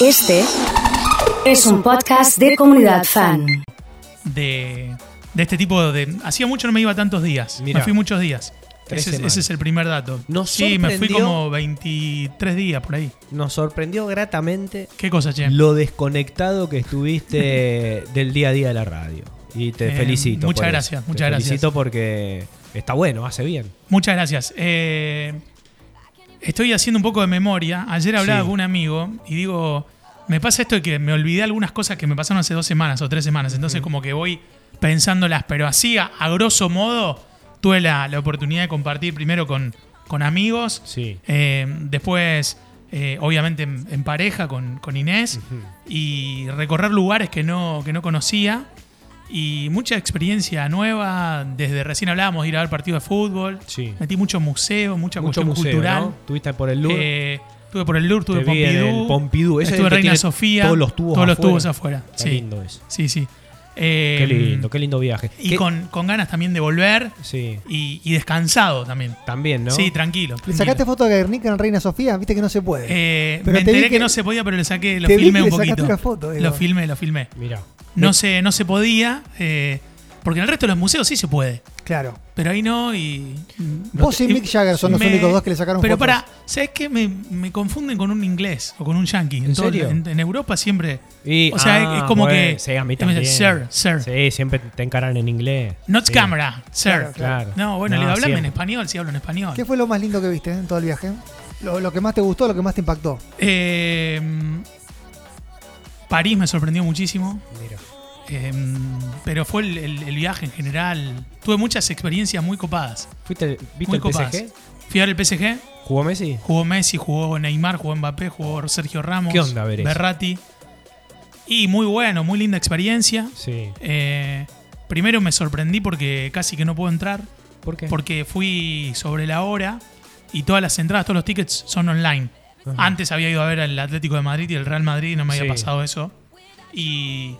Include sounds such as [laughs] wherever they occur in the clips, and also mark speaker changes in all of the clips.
Speaker 1: Este es un podcast de comunidad fan.
Speaker 2: de, de este tipo de... Hacía mucho no me iba tantos días.
Speaker 3: Mirá.
Speaker 2: me fui muchos días.
Speaker 3: Tres
Speaker 2: Ese, es-
Speaker 3: semanas.
Speaker 2: ese es el primer dato.
Speaker 3: Nos
Speaker 2: sí, me fui
Speaker 3: sorprendió-
Speaker 2: como 23 días por ahí.
Speaker 3: Nos sorprendió gratamente
Speaker 2: ¿Qué cosa, che?
Speaker 3: lo desconectado
Speaker 2: [laughs]
Speaker 3: que estuviste del día a día de la radio. Y te
Speaker 2: Eh,
Speaker 3: felicito.
Speaker 2: muchas
Speaker 3: por eso.
Speaker 2: gracias,
Speaker 3: Te
Speaker 2: muchas gracias.
Speaker 3: felicito porque está bueno, hace bien.
Speaker 2: Muchas gracias. Eh, estoy haciendo un poco de memoria. Ayer hablaba
Speaker 3: Sí.
Speaker 2: con un amigo y digo, me pasa esto de que me olvidé algunas cosas que me pasaron hace dos semanas o tres semanas. Entonces como que voy pensándolas, pero así, a, a grosso modo, tuve la, la oportunidad de compartir primero con, con amigos,
Speaker 3: Sí.
Speaker 2: eh, después, eh, obviamente, en, en pareja con, con Inés y recorrer lugares que no, que no conocía. Y mucha experiencia nueva, desde recién hablábamos de ir a ver partidos de fútbol.
Speaker 3: Sí.
Speaker 2: Metí mucho museo, mucha
Speaker 3: Mucho
Speaker 2: cuestión
Speaker 3: museo,
Speaker 2: cultural.
Speaker 3: ¿no? Tuviste por el Louvre.
Speaker 2: Eh, estuve por el Louvre, estuve
Speaker 3: Te vi en el Pompidou. Ese es
Speaker 2: estuve
Speaker 3: el que
Speaker 2: Reina
Speaker 3: tiene
Speaker 2: Sofía.
Speaker 3: todos los tubos afuera.
Speaker 2: tubos afuera.
Speaker 3: Está
Speaker 2: Sí.
Speaker 3: lindo eso.
Speaker 2: Sí, sí. Eh,
Speaker 3: qué lindo, qué lindo viaje.
Speaker 2: Y
Speaker 3: Qué-
Speaker 2: con, con ganas también de volver
Speaker 3: Sí.
Speaker 2: y, y descansado también.
Speaker 3: También, ¿no?
Speaker 2: Sí, tranquilo.
Speaker 4: ¿Le
Speaker 2: tranquilo.
Speaker 4: sacaste foto a Guernica en Reina Sofía? Viste que no se puede.
Speaker 2: Eh,
Speaker 4: Pero
Speaker 2: me
Speaker 4: te
Speaker 2: enteré
Speaker 4: vi
Speaker 2: que,
Speaker 4: que-
Speaker 2: no se podía, pero le saqué, lo
Speaker 4: te vi
Speaker 2: filmé
Speaker 4: que
Speaker 2: un
Speaker 4: le sacaste
Speaker 2: poquito.
Speaker 4: una foto, digo.
Speaker 2: lo filmé, lo filmé.
Speaker 3: Mirá.
Speaker 2: No se, no se podía, eh, porque en el resto de los museos sí se puede.
Speaker 4: Claro.
Speaker 2: Pero ahí no y.
Speaker 4: Vos y Mick Jagger son los únicos dos que le sacaron
Speaker 2: Pero
Speaker 4: fotos.
Speaker 2: para, ¿sabes qué? Me, me confunden con un inglés o con un yankee. En,
Speaker 3: ¿En
Speaker 2: todo-
Speaker 3: serio?
Speaker 2: en- en Europa siempre.
Speaker 3: Y-
Speaker 2: o sea,
Speaker 3: ah,
Speaker 2: es, es como
Speaker 3: bueno,
Speaker 2: que.
Speaker 3: Sí, a mí
Speaker 2: me
Speaker 3: también.
Speaker 2: dicen, Sir, sir.
Speaker 3: Sí, siempre te encaran en inglés.
Speaker 2: Not
Speaker 3: Sí.
Speaker 2: camera, sir.
Speaker 4: Claro,
Speaker 3: Claro.
Speaker 2: No, bueno, le digo, hablame en
Speaker 3: siempre.
Speaker 2: español, si hablo en español.
Speaker 4: ¿Qué fue lo más lindo que viste eh, en todo el viaje? Lo, lo que más te gustó, lo que más te impactó.
Speaker 2: Eh, París me sorprendió muchísimo.
Speaker 3: Mira.
Speaker 2: Eh, pero fue el, el- el viaje en general. Tuve muchas experiencias muy copadas.
Speaker 3: ¿Fuiste, ¿Viste
Speaker 2: Muy
Speaker 3: el
Speaker 2: copadas.
Speaker 3: PSG?
Speaker 2: Fui a ver el PSG,
Speaker 3: ¿Jugó Messi?
Speaker 2: jugó Messi, jugó Neymar, jugó Mbappé, jugó Sergio Ramos,
Speaker 3: ¿Qué onda ver eso?
Speaker 2: Berratti. Y muy bueno, muy linda experiencia.
Speaker 3: Sí.
Speaker 2: Eh, primero me sorprendí porque casi que no puedo entrar,
Speaker 3: ¿Por qué?
Speaker 2: porque fui sobre la hora y todas las entradas, todos los tickets son online.
Speaker 3: Ajá.
Speaker 2: Antes había ido a ver el Atlético de Madrid y el Real Madrid y no me había
Speaker 3: Sí.
Speaker 2: pasado eso. Y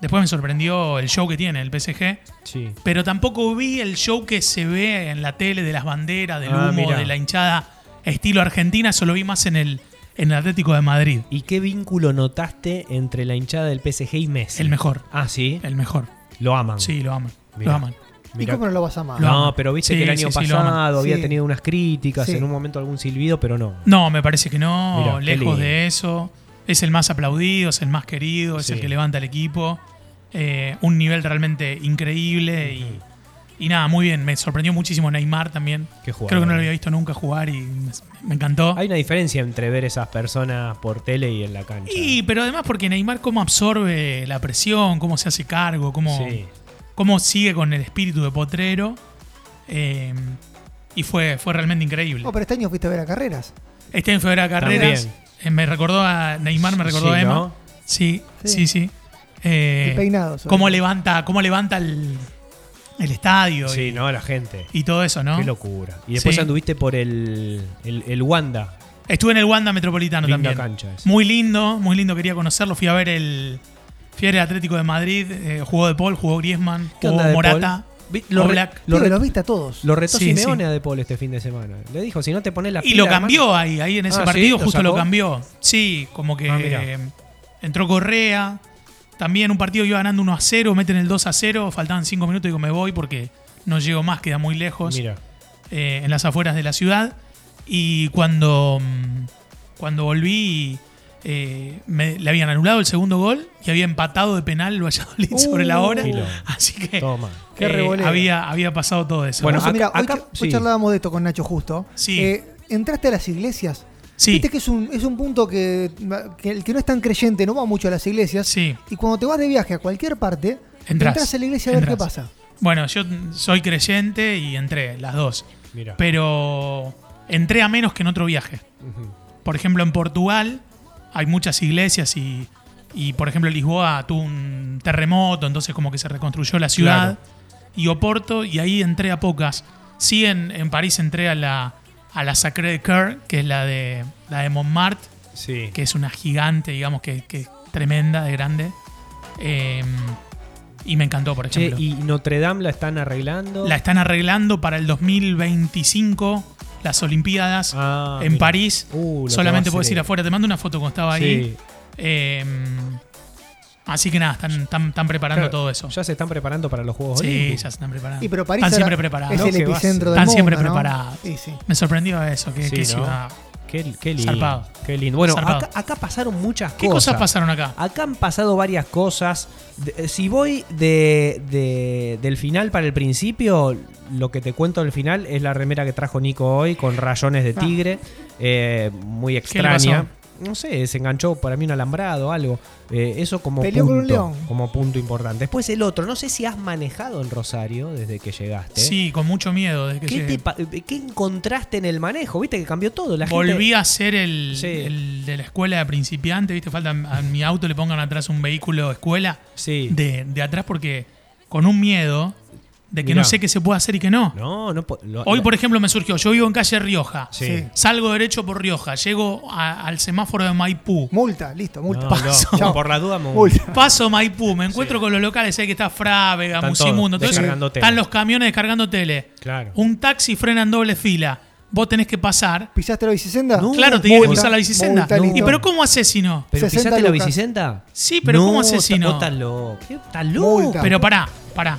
Speaker 2: después me sorprendió el show que tiene el PSG.
Speaker 3: Sí.
Speaker 2: Pero tampoco vi el show que se ve en la tele de las banderas, del
Speaker 3: Ah,
Speaker 2: humo,
Speaker 3: mirá.
Speaker 2: de la hinchada estilo argentina. Eso lo vi más en el, en el Atlético de Madrid.
Speaker 3: ¿Y qué vínculo notaste entre la hinchada del PSG y Messi?
Speaker 2: El mejor.
Speaker 3: Ah, sí.
Speaker 2: El mejor.
Speaker 3: Lo aman.
Speaker 2: Sí, lo aman.
Speaker 3: Mirá.
Speaker 2: Lo aman.
Speaker 4: ¿Y
Speaker 3: Mirá.
Speaker 4: cómo no lo vas a amar?
Speaker 2: Lo-
Speaker 3: No,
Speaker 2: aman.
Speaker 3: pero
Speaker 2: Sí,
Speaker 3: viste que el
Speaker 2: sí,
Speaker 3: año
Speaker 2: sí, Mm, lo aman.
Speaker 3: pasado había
Speaker 4: Sí.
Speaker 3: tenido unas críticas,
Speaker 4: Sí.
Speaker 3: en un momento algún silbido, pero no.
Speaker 2: No, me parece que no.
Speaker 3: Mirá, qué
Speaker 2: lejos
Speaker 3: lindo.
Speaker 2: de eso. Es el más aplaudido, es el más querido, es
Speaker 3: Sí.
Speaker 2: el que levanta el equipo. Eh, un nivel realmente increíble y- y, nada, muy bien. Me sorprendió muchísimo Neymar también.
Speaker 3: Qué jugador.
Speaker 2: Creo que no lo había visto nunca jugar y me, me encantó.
Speaker 3: Hay una diferencia entre ver esas personas por tele y en la cancha.
Speaker 2: Y pero además porque Neymar cómo absorbe la presión, cómo se hace cargo, cómo,
Speaker 3: Sí.
Speaker 2: cómo sigue con el espíritu de potrero. eh, y fue, fue realmente increíble.
Speaker 4: Oh, pero este año fuiste a ver a carreras.
Speaker 2: Este en febrero carreras.
Speaker 3: También.
Speaker 2: eh, me recordó a Neymar, me recordó a
Speaker 3: Sí,
Speaker 2: Emma.
Speaker 3: ¿no?
Speaker 2: Sí, sí,
Speaker 4: Sí.
Speaker 2: sí. Eh,
Speaker 4: Y peinados. sobre
Speaker 2: cómo
Speaker 4: todo.
Speaker 2: levanta, cómo levanta el, el estadio
Speaker 3: Sí,
Speaker 2: y,
Speaker 3: no, la gente.
Speaker 2: y todo eso, ¿no?
Speaker 3: Qué locura. Y después
Speaker 2: Sí.
Speaker 3: anduviste por el, el, el Wanda.
Speaker 2: Estuve en el Wanda Metropolitano
Speaker 3: Linda
Speaker 2: también.
Speaker 3: cancha esa.
Speaker 2: Muy lindo, muy lindo, quería conocerlo. Fui a ver el Fiere Atlético de Madrid, eh, jugó De Paul, jugó Griezmann,
Speaker 3: ¿Qué
Speaker 2: jugó
Speaker 3: onda de
Speaker 2: Morata,
Speaker 3: Paul? Vi- lo, re-
Speaker 2: Oblak.
Speaker 3: lo
Speaker 4: Tío,
Speaker 3: re-
Speaker 4: los viste a todos.
Speaker 3: lo retó
Speaker 2: Sí,
Speaker 3: Simeone
Speaker 2: sí.
Speaker 3: a De Paul este fin de semana. Le dijo, si no te pones la
Speaker 2: y lo
Speaker 3: pila,
Speaker 2: cambió ahí, ahí en ese
Speaker 3: Ah,
Speaker 2: partido,
Speaker 3: ¿sí? ¿Lo
Speaker 2: justo lo
Speaker 3: sacó?
Speaker 2: cambió. Sí, como que
Speaker 3: Ah, mirá.
Speaker 2: eh, entró Correa, también un partido iba ganando 1 a 0, meten el 2 a 0, faltaban 5 minutos y digo, me voy porque no llego más, queda muy lejos.
Speaker 3: Mira.
Speaker 2: eh, en las afueras de la ciudad. Y cuando, mm, cuando volví, eh, me- le habían anulado el segundo gol y había empatado de penal el Valladolid [laughs] sobre la hora.
Speaker 3: Quilombo.
Speaker 2: Así que
Speaker 3: Uh. Toma.
Speaker 4: Qué
Speaker 2: eh,
Speaker 4: revoleo.
Speaker 2: había, había pasado todo eso.
Speaker 3: Bueno,
Speaker 4: Bueno,
Speaker 3: acá-
Speaker 4: mira, hoy,
Speaker 3: acá-
Speaker 4: cha-
Speaker 3: sí.
Speaker 4: hoy charlábamos de esto con Nacho justo.
Speaker 2: Sí.
Speaker 4: Eh, entraste a las iglesias.
Speaker 2: sí,
Speaker 4: Viste que es un, es un punto que, que el que no es tan creyente no va mucho a las iglesias.
Speaker 2: sí.
Speaker 4: Y cuando te vas de viaje a cualquier parte,
Speaker 2: Entrás.
Speaker 4: a la iglesia a ver
Speaker 2: Entrás.
Speaker 4: qué pasa.
Speaker 2: Bueno, yo mm, soy creyente y entré, las dos.
Speaker 3: Mira.
Speaker 2: Pero entré a menos que en otro viaje.
Speaker 3: Ujú.
Speaker 2: Por ejemplo, en Portugal hay muchas iglesias y, y, por ejemplo, Lisboa tuvo un terremoto, entonces como que se reconstruyó la ciudad. Y Oporto, y ahí entré a pocas. Sí, en, en París entré a la, a la Sacré Cœur, que es la de, la de Montmartre,
Speaker 3: Sí.
Speaker 2: que es una gigante, digamos, que, que es tremenda, de grande. Eh, y me encantó, por
Speaker 3: Che,
Speaker 2: ejemplo.
Speaker 3: y Notre Dame la están arreglando.
Speaker 2: La están arreglando para el 2025, las Olimpiadas
Speaker 3: Ah,
Speaker 2: en
Speaker 3: mira.
Speaker 2: París.
Speaker 3: Uh, lo que va
Speaker 2: Solamente
Speaker 3: a
Speaker 2: puedes
Speaker 3: ser.
Speaker 2: ir afuera. Te mando una foto cuando estaba ahí.
Speaker 3: Sí.
Speaker 2: Eh, así que nada, están, están, están preparando
Speaker 3: Claro,
Speaker 2: todo eso.
Speaker 3: Ya se están preparando para los Juegos
Speaker 2: sí,
Speaker 3: Olímpicos.
Speaker 2: ya se están preparando.
Speaker 4: Y pero París
Speaker 2: están
Speaker 4: ahora
Speaker 2: siempre preparados.
Speaker 4: Es
Speaker 3: ¿no?
Speaker 4: el
Speaker 3: Que va a ser.
Speaker 4: epicentro del
Speaker 2: Están
Speaker 4: mundo,
Speaker 2: siempre
Speaker 4: ¿no?
Speaker 2: preparados.
Speaker 4: Sí, sí.
Speaker 2: Me sorprendió eso, que,
Speaker 3: Sí,
Speaker 2: que
Speaker 3: ¿no?
Speaker 2: ciudad.
Speaker 3: Qué, qué lindo.
Speaker 2: Zarpado.
Speaker 3: Qué lindo. Bueno,
Speaker 2: Zarpado.
Speaker 3: acá, acá pasaron muchas
Speaker 2: ¿Qué cosas pasaron acá?
Speaker 3: Acá han pasado varias cosas. De- eh, si voy de, de- del final para el principio, lo que te cuento del final es la remera que trajo Nico hoy con rayones de tigre. eh, muy
Speaker 2: Ah. ¿Qué le
Speaker 3: extraña. No sé, se enganchó para mí un alambrado, algo. Eh, eso como
Speaker 4: Peleó
Speaker 3: punto,
Speaker 4: con un león.
Speaker 3: como punto importante. Después el otro, no sé si has manejado en Rosario desde que llegaste.
Speaker 2: Sí, con mucho miedo. Desde que
Speaker 3: ¿eh? ¿Qué,
Speaker 2: llegué.
Speaker 3: te pa- eh, ¿Qué encontraste en el manejo? Viste que cambió todo. La gente-
Speaker 2: Volví a ser el,
Speaker 3: Sí.
Speaker 2: el de la escuela de principiante, ¿viste? Falta a mi auto le pongan atrás un vehículo escuela
Speaker 3: Sí.
Speaker 2: de, de atrás porque con un miedo de que
Speaker 3: Mirá.
Speaker 2: no sé qué se puede hacer y que no.
Speaker 3: No, no. po- lo-
Speaker 2: Hoy,
Speaker 3: la-
Speaker 2: por ejemplo, me surgió, yo vivo en calle Rioja,
Speaker 3: Sí.
Speaker 4: Sí.
Speaker 2: salgo derecho por Rioja, llego a- al semáforo de Maipú,
Speaker 4: Multa, listo, multa.
Speaker 3: No,
Speaker 2: Paso.
Speaker 3: no,
Speaker 4: Chao.
Speaker 3: por la duda, me-
Speaker 4: Multa.
Speaker 2: paso Maipú, me encuentro con los locales, ahí que está Frávega,
Speaker 3: Están todos
Speaker 2: Musimundo, entonces
Speaker 3: descargando tele.
Speaker 2: están los camiones descargando tele.
Speaker 3: Claro.
Speaker 2: Un taxi frena en doble fila, vos tenés que pasar.
Speaker 4: ¿Pisaste la bicisenda?
Speaker 3: No,
Speaker 2: Claro, te tiene que
Speaker 4: multa,
Speaker 2: pisar la bicisenda.
Speaker 4: multa,
Speaker 3: No.
Speaker 2: ¿Y
Speaker 4: listo.
Speaker 2: pero cómo haces si no?
Speaker 3: ¿Pero
Speaker 4: 60
Speaker 3: pisaste la
Speaker 4: lucas.
Speaker 3: bicisenda?
Speaker 2: Sí, pero ¿cómo haces si
Speaker 3: está-
Speaker 2: no?
Speaker 3: vos estás loco. ¿Qué? ¿Estás
Speaker 4: Multa.
Speaker 3: loco?
Speaker 2: Pero pará, pará.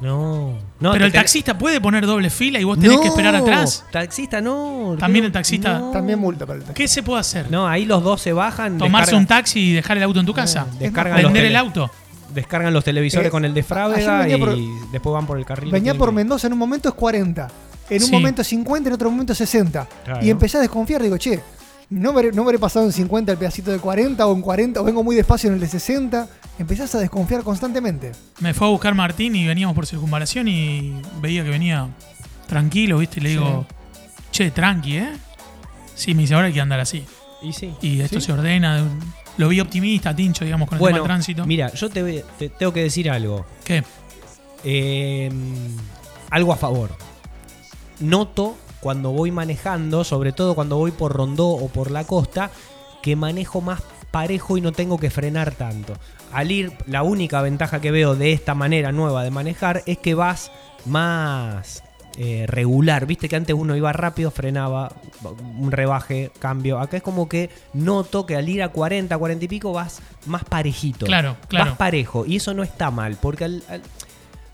Speaker 3: No. No,
Speaker 2: pero
Speaker 3: te
Speaker 2: el
Speaker 3: tenés-
Speaker 2: taxista puede poner doble fila y vos tenés
Speaker 3: No,
Speaker 2: que esperar atrás.
Speaker 3: Taxista no.
Speaker 2: También
Speaker 3: no,
Speaker 2: el taxista.
Speaker 3: no.
Speaker 4: También multa para el taxi.
Speaker 2: ¿Qué se puede hacer?
Speaker 3: No, ahí los dos se bajan.
Speaker 2: ¿Tomarse
Speaker 3: descargan-
Speaker 2: un taxi y dejar el auto en tu casa?
Speaker 3: descargan los
Speaker 2: ¿Vender
Speaker 3: tele-
Speaker 2: el auto?
Speaker 3: Descargan los televisores
Speaker 4: Eh,
Speaker 3: con el de
Speaker 4: ayer
Speaker 3: Frávega
Speaker 4: venía
Speaker 3: y
Speaker 4: por-
Speaker 3: después van por el carril.
Speaker 4: Venía
Speaker 3: que
Speaker 4: por
Speaker 3: tienen
Speaker 4: Mendoza en un momento es 40, en un
Speaker 2: Sí.
Speaker 4: momento 50, en otro momento 60.
Speaker 3: Claro.
Speaker 4: Y empecé a desconfiar, digo, che, no me, habré- no me habré pasado en 50 el pedacito de 40 o en 40, o vengo muy despacio en el de 60. Empezás a desconfiar constantemente.
Speaker 2: Me fue a buscar Martín y veníamos por circunvalación y veía que venía tranquilo, ¿viste? Y le digo, che, tranqui, ¿eh? Sí, me dice, ahora hay que andar así.
Speaker 3: que- Y sí.
Speaker 2: Y esto se ordena. de un- Lo vi optimista, tincho, digamos, con el tema
Speaker 3: Bueno,
Speaker 2: del tránsito.
Speaker 3: mira, yo te, voy- te tengo que decir algo.
Speaker 2: ¿Qué?
Speaker 3: Eh, algo a favor. Noto cuando voy manejando, sobre todo cuando voy por Rondó o por la costa, que manejo más parejo y no tengo que frenar tanto. Al ir, la única ventaja que veo de esta manera nueva de manejar es que vas más eh, regular. Viste que antes uno iba rápido, frenaba, un rebaje, cambio. Acá es como que noto que al ir a 40, 40 y pico vas más parejito.
Speaker 2: Claro, claro.
Speaker 3: Vas parejo. Y eso no está mal, porque al, al-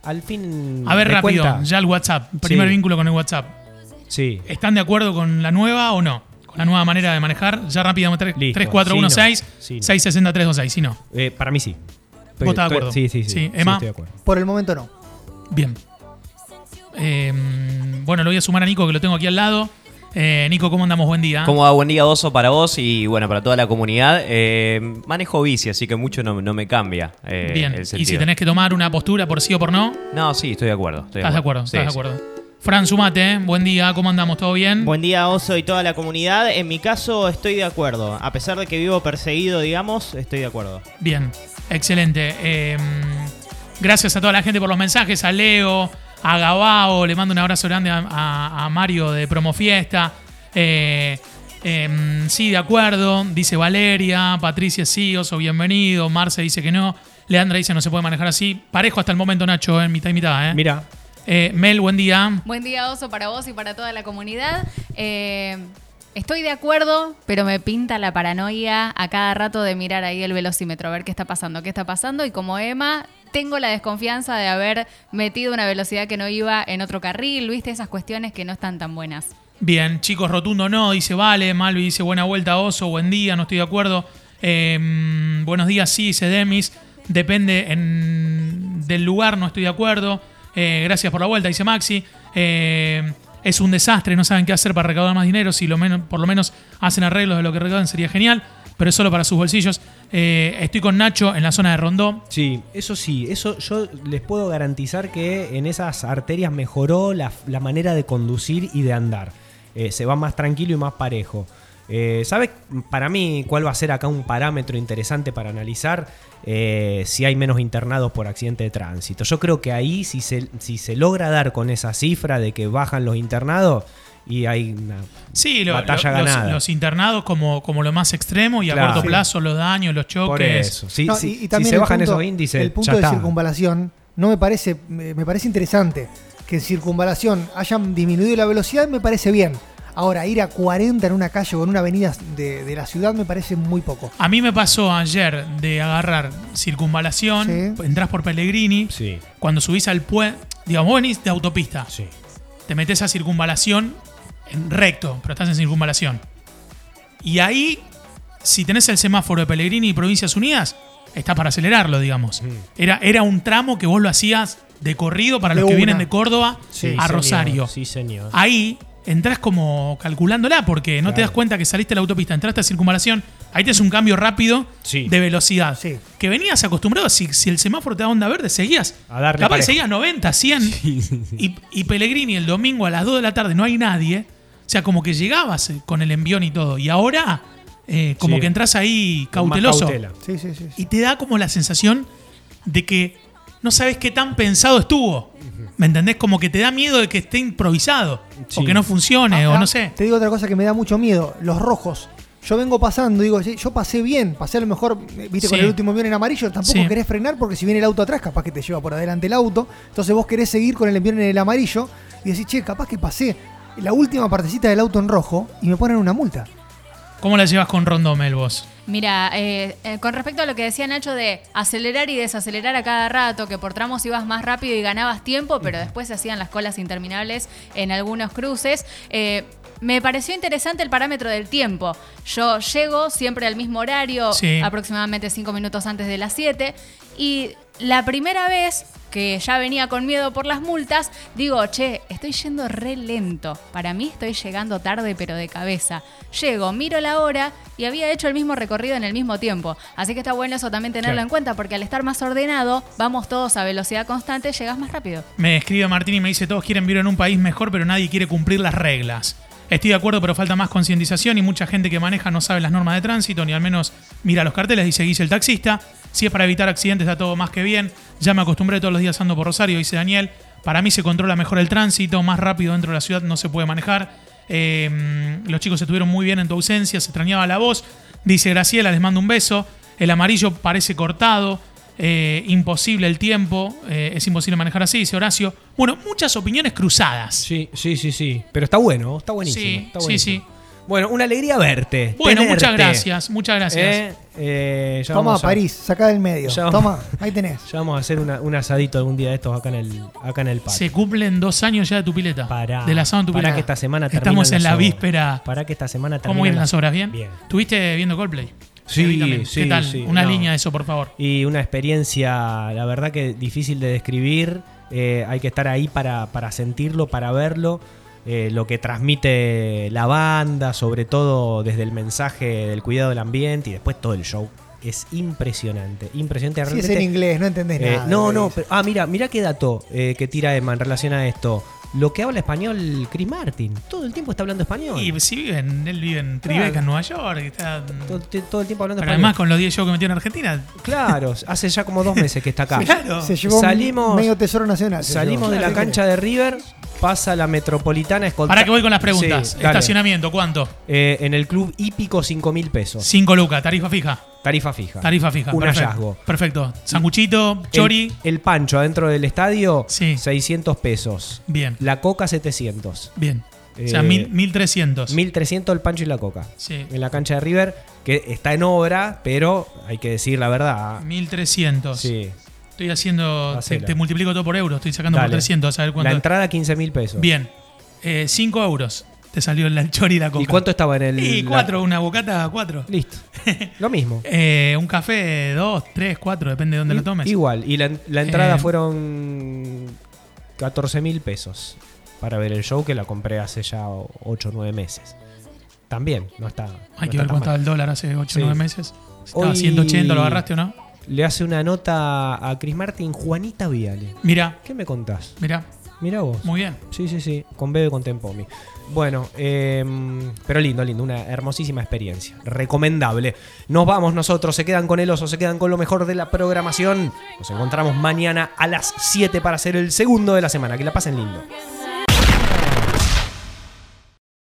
Speaker 3: al fin.
Speaker 2: A ver,
Speaker 3: de
Speaker 2: rápido,
Speaker 3: cuenta-
Speaker 2: ya el WhatsApp. Primer
Speaker 3: Sí.
Speaker 2: vínculo con el WhatsApp.
Speaker 3: Sí.
Speaker 2: ¿Están de acuerdo con la nueva o no? Con la nueva manera de manejar. Ya rápido, tre-
Speaker 3: Listo.
Speaker 2: 3416
Speaker 3: Sí, no. Sí, no.
Speaker 2: 660 si no.
Speaker 3: Eh, para mí sí.
Speaker 2: ¿Vos estás de
Speaker 3: Estoy-
Speaker 2: acuerdo?
Speaker 3: Sí, sí, sí.
Speaker 2: Sí, Emma.
Speaker 3: estoy de acuerdo.
Speaker 4: Por el momento no.
Speaker 2: Bien. Eh, bueno, lo voy a sumar a Nico, que lo tengo aquí al lado. Eh, Nico, ¿cómo andamos? Buen día.
Speaker 5: ¿Cómo va? Buen día, Oso, para vos y bueno, para toda la comunidad. Eh, manejo bici, así que mucho no, no me cambia. eh,
Speaker 2: Bien.
Speaker 5: el
Speaker 2: Y si
Speaker 5: sentido.
Speaker 2: tenés que tomar una postura por sí o por no,
Speaker 5: No, sí, estoy de acuerdo. estoy
Speaker 2: estás de acuerdo.
Speaker 5: Sí,
Speaker 2: Estás de
Speaker 5: sí.
Speaker 2: acuerdo. Fran, sumate. ¿eh? Buen día, ¿cómo andamos? ¿Todo bien?
Speaker 6: Buen día, Oso y toda la comunidad. En mi caso estoy de acuerdo. A pesar de que vivo perseguido, digamos, estoy de acuerdo.
Speaker 2: Bien. Excelente. Eh, gracias a toda la gente por los mensajes. A Leo, a Gabao. Le mando un abrazo grande a, a- a Mario de Promofiesta. Eh, eh, sí, de acuerdo. Dice Valeria. Patricia, sí, oso, bienvenido. Marce dice que no. Leandra dice no se puede manejar así. Parejo hasta el momento, Nacho, en mitad y mitad. ¿eh?
Speaker 3: Mira,
Speaker 2: Eh, Mel, buen día.
Speaker 7: Buen día, Oso, para vos y para toda la comunidad. Eh, estoy de acuerdo, pero me pinta la paranoia a cada rato de mirar ahí el velocímetro, a ver qué está pasando, qué está pasando. Y como Emma, tengo la desconfianza de haber metido una velocidad que no iba en otro carril, viste, esas cuestiones que no están tan buenas.
Speaker 2: Bien, chicos, rotundo no, dice Vale, Malvi dice buena vuelta, Oso, buen día, no estoy de acuerdo. Eh, buenos días, sí, dice Demis, depende en- del lugar, no estoy de acuerdo. Eh, gracias por la vuelta, dice Maxi. Eh, es un desastre, no saben qué hacer para recaudar más dinero, si lo menos, por lo menos hacen arreglos de lo que recaudan sería genial, pero es solo para sus bolsillos. Eh, estoy con Nacho en la zona de Rondó.
Speaker 3: Sí, eso sí, eso yo les puedo garantizar que en esas arterias mejoró la, la manera de conducir y de andar. Eh, se va más tranquilo y más parejo. Eh, ¿Sabes para mí cuál va a ser acá un parámetro interesante para analizar Eh, si hay menos internados por accidente de tránsito? Yo creo que ahí si se, si se logra dar con esa cifra de que bajan los internados y hay una...
Speaker 2: Sí, lo-
Speaker 3: Batalla
Speaker 2: lo- los-
Speaker 3: ganada.
Speaker 2: Los, internados como, como lo más extremo y a
Speaker 3: Claro.
Speaker 2: corto
Speaker 3: Sí.
Speaker 2: plazo los daños, los choques.
Speaker 3: Por eso. Si,
Speaker 4: No,
Speaker 3: si-
Speaker 4: y- y
Speaker 3: si
Speaker 4: también
Speaker 3: se
Speaker 4: el
Speaker 3: bajan
Speaker 4: punto-
Speaker 3: esos índices...
Speaker 4: El punto
Speaker 3: ya
Speaker 4: de
Speaker 3: está.
Speaker 4: circunvalación no me parece, me, me parece interesante. Que en circunvalación hayan disminuido la velocidad me parece bien. Ahora, ir a 40 en una calle o en una avenida de, de la ciudad me parece muy poco.
Speaker 2: A mí me pasó ayer de agarrar circunvalación,
Speaker 4: Sí.
Speaker 2: entras por Pellegrini,
Speaker 3: Sí.
Speaker 2: cuando subís al puente, digamos, vos venís de autopista,
Speaker 3: Sí.
Speaker 2: te metes a circunvalación en recto, pero estás en circunvalación. Y ahí, si tenés el semáforo de Pellegrini y Provincias Unidas, estás para acelerarlo, digamos. Era, era un tramo que vos lo hacías de corrido para
Speaker 4: De
Speaker 2: los que
Speaker 4: una.
Speaker 2: vienen de Córdoba
Speaker 3: Sí,
Speaker 2: a
Speaker 3: señor.
Speaker 2: Rosario.
Speaker 3: Sí, señor.
Speaker 2: Ahí entras como calculándola, porque no te das cuenta que saliste de la autopista, entraste a circunvalación, ahí te es un cambio rápido
Speaker 3: Sí.
Speaker 2: de velocidad.
Speaker 4: Sí.
Speaker 2: Que venías acostumbrado, si, si el semáforo te da onda verde, seguías.
Speaker 3: A
Speaker 2: capaz
Speaker 3: darle
Speaker 2: que
Speaker 3: parejo.
Speaker 2: seguías 90, 100. Y, y Pellegrini el domingo a las 2 de la tarde no hay nadie. O sea, como que llegabas eh, con el envión y todo. Y ahora, eh, como
Speaker 3: Sí.
Speaker 2: que entras ahí
Speaker 3: Con más
Speaker 2: cauteloso.
Speaker 3: cautela.
Speaker 4: Sí, sí, sí. sí.
Speaker 2: Y te da como la sensación de que no sabes qué tan pensado estuvo. ¿Me entendés? Como que te da miedo de que esté improvisado.
Speaker 3: Sí.
Speaker 2: O que no funcione, o
Speaker 4: Acá
Speaker 2: no sé.
Speaker 4: Te digo otra cosa que me da mucho miedo, los rojos. Yo vengo pasando, digo, "Sí, yo pasé bien, pasé a lo mejor, eh, viste, con
Speaker 2: Sí.
Speaker 4: el último envión en amarillo, tampoco
Speaker 2: Sí.
Speaker 4: querés frenar porque si viene el auto atrás, capaz que te lleva por adelante el auto, entonces vos querés seguir con el envión en el amarillo y decís, che, capaz que pasé la última partecita del auto en rojo y me ponen una multa.
Speaker 2: ¿Cómo la llevas con Rondomel vos?
Speaker 7: Mira, eh, eh, con respecto a lo que decía Nacho de acelerar y desacelerar a cada rato, que por tramos ibas más rápido y ganabas tiempo, pero después se hacían las colas interminables en algunos cruces. eh, me pareció interesante el parámetro del tiempo. Yo llego siempre al mismo horario,
Speaker 2: Sí.
Speaker 7: aproximadamente cinco minutos antes de las 7, y la primera vez que ya venía con miedo por las multas, digo, che, estoy yendo re lento. Para mí estoy llegando tarde, pero de cabeza. Llego, miro la hora y había hecho el mismo recorrido en el mismo tiempo. Así que está bueno eso también tenerlo
Speaker 3: Claro.
Speaker 7: en cuenta, porque al estar más ordenado, vamos todos a velocidad constante, llegas más rápido.
Speaker 2: Me escribe Martín y me dice, todos quieren vivir en un país mejor, pero nadie quiere cumplir las reglas. Estoy de acuerdo, pero falta más concientización y mucha gente que maneja no sabe las normas de tránsito, ni al menos mira los carteles, dice Guille el taxista. Si es para evitar accidentes, está todo más que bien. Ya me acostumbré todos los días ando por Rosario, dice Daniel. Para mí se controla mejor el tránsito, más rápido dentro de la ciudad no se puede manejar. Eh, los chicos estuvieron muy bien en tu ausencia, se extrañaba la voz. Dice Graciela, les mando un beso. El amarillo parece cortado. Eh, imposible el tiempo, eh, es imposible manejar así, dice Horacio. Bueno, muchas opiniones cruzadas.
Speaker 3: Sí, sí, sí, sí. Pero está bueno, está buenísimo.
Speaker 2: Sí,
Speaker 3: está
Speaker 2: sí,
Speaker 3: buenísimo.
Speaker 2: sí.
Speaker 3: Bueno, una alegría verte.
Speaker 2: bueno,
Speaker 3: tenerte.
Speaker 2: muchas gracias, muchas gracias.
Speaker 3: Eh, eh, ya
Speaker 4: Toma,
Speaker 3: vamos a-
Speaker 4: París, sacá del medio.
Speaker 3: Ya vamos-
Speaker 4: Toma, ahí tenés.
Speaker 3: [laughs] Ya vamos a hacer una- un asadito algún día de estos acá en el, acá en el parque.
Speaker 2: Se cumplen dos años ya de tu pileta.
Speaker 3: Pará,
Speaker 2: del asado en tu
Speaker 3: pará
Speaker 2: pileta.
Speaker 3: que esta semana
Speaker 2: Estamos
Speaker 3: terminan
Speaker 2: en
Speaker 3: las
Speaker 2: la
Speaker 3: obras.
Speaker 2: víspera.
Speaker 3: Para que esta semana termine.
Speaker 2: ¿Cómo vienen las obras? ¿Bien?
Speaker 3: Bien.
Speaker 2: ¿Estuviste viendo Coldplay?
Speaker 3: Sí,
Speaker 2: Evítame.
Speaker 3: sí,
Speaker 2: ¿Qué tal?
Speaker 3: sí,
Speaker 2: Una
Speaker 3: no.
Speaker 2: línea de eso, por favor.
Speaker 3: Y una experiencia, la verdad que difícil de describir. Eh, hay que estar ahí para, para sentirlo, para verlo. Eh, lo que transmite la banda, sobre todo desde el mensaje del cuidado del ambiente y después todo el show. Es impresionante, impresionante.
Speaker 4: Si es en
Speaker 3: Realmente,
Speaker 4: inglés, no entendés
Speaker 3: eh,
Speaker 4: nada.
Speaker 3: no,
Speaker 4: de lo
Speaker 3: no,
Speaker 4: que
Speaker 3: pero- ah, mira, mira qué dato eh, que tira Emma en relación a esto. Lo que habla español Chris Martin, todo el tiempo está hablando español.
Speaker 2: Y si viven, él vive en Tribeca,
Speaker 3: Claro.
Speaker 2: en Nueva York. Está,
Speaker 3: todo,
Speaker 2: pero
Speaker 3: todo el tiempo hablando español.
Speaker 2: además con los 10 shows que metió en Argentina.
Speaker 3: Claro, hace ya como dos meses que
Speaker 2: [laughs]
Speaker 3: está acá.
Speaker 2: Claro.
Speaker 4: dice. Se llevó un
Speaker 3: Salimos-
Speaker 4: medio tesoro nacional. se
Speaker 3: Salimos
Speaker 4: llevó.
Speaker 3: de la
Speaker 4: Claro,
Speaker 3: cancha de River, pasa la metropolitana escolta-
Speaker 2: Ahora que voy con las preguntas.
Speaker 3: Sí, dale.
Speaker 2: Estacionamiento, ¿cuánto?
Speaker 3: Eh, en el club hípico, 5 mil pesos.
Speaker 2: 5 lucas, tarifa fija.
Speaker 3: Tarifa fija.
Speaker 2: Tarifa fija.
Speaker 3: Un
Speaker 2: perfecto.
Speaker 3: hallazgo.
Speaker 2: Perfecto. Sanguchito, chori.
Speaker 3: El, el pancho adentro del estadio,
Speaker 2: Sí.
Speaker 3: 600 pesos.
Speaker 2: Bien,
Speaker 3: La coca, 700.
Speaker 2: bien. o sea,
Speaker 3: Eh,
Speaker 2: mil- 1300.
Speaker 3: 1300 el pancho y la coca.
Speaker 2: Sí.
Speaker 3: En la cancha de River, que está en obra, pero hay que decir la verdad.
Speaker 2: 1300.
Speaker 3: Sí.
Speaker 2: Estoy haciendo. Te,
Speaker 3: Hacela.
Speaker 2: te multiplico todo por euros. Estoy sacando
Speaker 3: Dale.
Speaker 2: por 300. A ver
Speaker 3: La
Speaker 2: cuánto.
Speaker 3: entrada, 15 mil pesos.
Speaker 2: Bien. 5 euros. Te salió el chori y la coca.
Speaker 3: ¿Y cuánto estaba en el.?
Speaker 2: Y
Speaker 3: la-
Speaker 2: cuatro, una bocata, cuatro. [laughs]
Speaker 3: Listo. Lo mismo.
Speaker 2: Eh, un café, dos, tres, cuatro, depende de dónde lo
Speaker 3: I-
Speaker 2: tomes.
Speaker 3: Igual, y la, en- la entrada
Speaker 2: Eh,
Speaker 3: fueron 14 mil pesos para ver el show que la compré hace ya 8 o 9 meses. También, no está.
Speaker 2: Hay que
Speaker 3: no está
Speaker 2: ver
Speaker 3: tan
Speaker 2: cuánto estaba
Speaker 3: mal.
Speaker 2: el dólar hace 8 o
Speaker 3: Sí.
Speaker 2: 9 meses. Si estaba
Speaker 3: Hoy-
Speaker 2: 180, ¿lo agarraste o no?
Speaker 3: Le hace una nota a Chris Martin, Juanita Viale.
Speaker 2: Mirá,
Speaker 3: ¿Qué me contás?
Speaker 2: mirá.
Speaker 3: Mira vos.
Speaker 2: Muy bien.
Speaker 3: Sí, sí, sí, con Bebe con Tempomi. Bueno, em, pero lindo, lindo, una hermosísima experiencia. Recomendable. Nos vamos nosotros, se quedan con el oso, se quedan con lo mejor de la programación. Nos encontramos mañana a las 7 para hacer el segundo de la semana. Que la pasen lindo.
Speaker 8: Now